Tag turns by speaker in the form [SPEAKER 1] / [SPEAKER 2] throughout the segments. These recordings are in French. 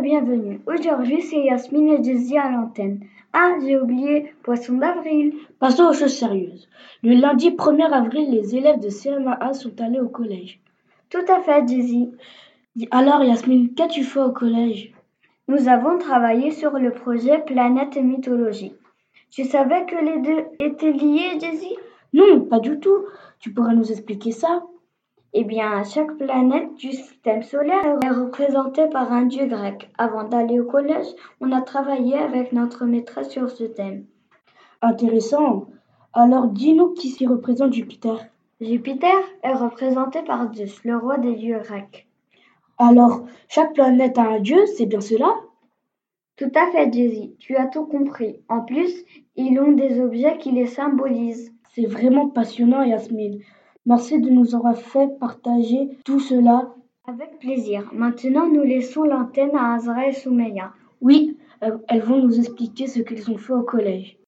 [SPEAKER 1] bienvenue. Aujourd'hui, c'est Yasmine et Dizzy à l'antenne. Ah, j'ai oublié, poisson d'avril.
[SPEAKER 2] Passons aux choses sérieuses. Le lundi 1er avril, les élèves de CMAA sont allés au collège.
[SPEAKER 1] Tout à fait, Dizzy.
[SPEAKER 2] Alors, Yasmine, qu'as-tu fait au collège
[SPEAKER 1] Nous avons travaillé sur le projet Planète et Mythologie. Tu savais que les deux étaient liés, Daisy
[SPEAKER 2] Non, pas du tout. Tu pourrais nous expliquer ça
[SPEAKER 1] Eh bien, chaque planète du système solaire est représentée par un dieu grec. Avant d'aller au collège, on a travaillé avec notre maîtresse sur ce thème.
[SPEAKER 2] Intéressant. Alors, dis-nous qui s'y représente Jupiter.
[SPEAKER 1] Jupiter est représenté par Zeus, le roi des dieux grecs.
[SPEAKER 2] Alors, chaque planète a un dieu, c'est bien cela
[SPEAKER 1] Tout à fait, Daisy, tu as tout compris. En plus, ils ont des objets qui les symbolisent.
[SPEAKER 2] C'est vraiment passionnant, Yasmine. Merci de nous avoir fait partager tout cela.
[SPEAKER 1] Avec plaisir. Maintenant, nous laissons l'antenne à Azra et Soumeya.
[SPEAKER 2] Oui, euh, elles vont nous expliquer ce qu'ils ont fait au collège.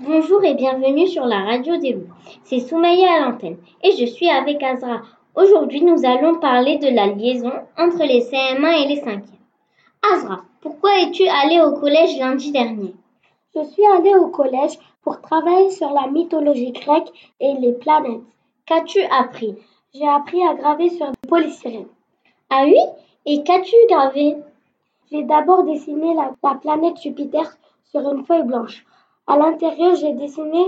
[SPEAKER 3] Bonjour et bienvenue sur la radio des loups. C'est Soumaïa à l'antenne et je suis avec Azra. Aujourd'hui, nous allons parler de la liaison entre les CM1 et les 5e. Azra, pourquoi es-tu allée au collège lundi dernier
[SPEAKER 4] Je suis allée au collège pour travailler sur la mythologie grecque et les planètes.
[SPEAKER 3] Qu'as-tu appris
[SPEAKER 4] J'ai appris à graver sur du polystyrène.
[SPEAKER 3] Ah oui Et qu'as-tu gravé
[SPEAKER 4] J'ai d'abord dessiné la, la planète Jupiter sur une feuille blanche. À l'intérieur, j'ai dessiné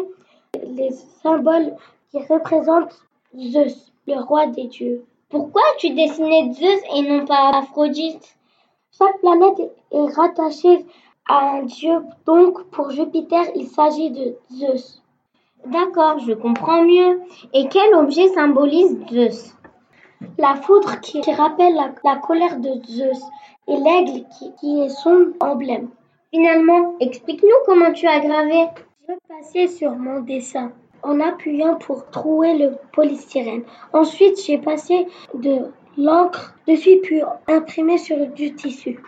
[SPEAKER 4] les symboles qui représentent Zeus, le roi des dieux.
[SPEAKER 3] Pourquoi tu dessinais Zeus et non pas Aphrodite
[SPEAKER 4] Chaque planète est rattachée à un dieu, donc pour Jupiter, il s'agit de Zeus.
[SPEAKER 3] D'accord, je comprends mieux. Et quel objet symbolise Zeus
[SPEAKER 4] La foudre qui, qui rappelle la, la colère de Zeus et l'aigle qui, qui est son emblème.
[SPEAKER 3] Finalement, explique-nous comment tu as gravé.
[SPEAKER 4] Je passais sur mon dessin en appuyant pour trouer le polystyrène. Ensuite, j'ai passé de l'encre dessus puis imprimé sur du tissu.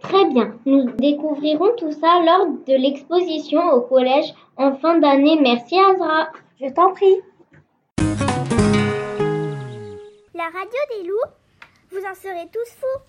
[SPEAKER 3] Très bien, nous découvrirons tout ça lors de l'exposition au collège en fin d'année. Merci Azra.
[SPEAKER 4] Je t'en prie.
[SPEAKER 5] La radio des loups, vous en serez tous fous.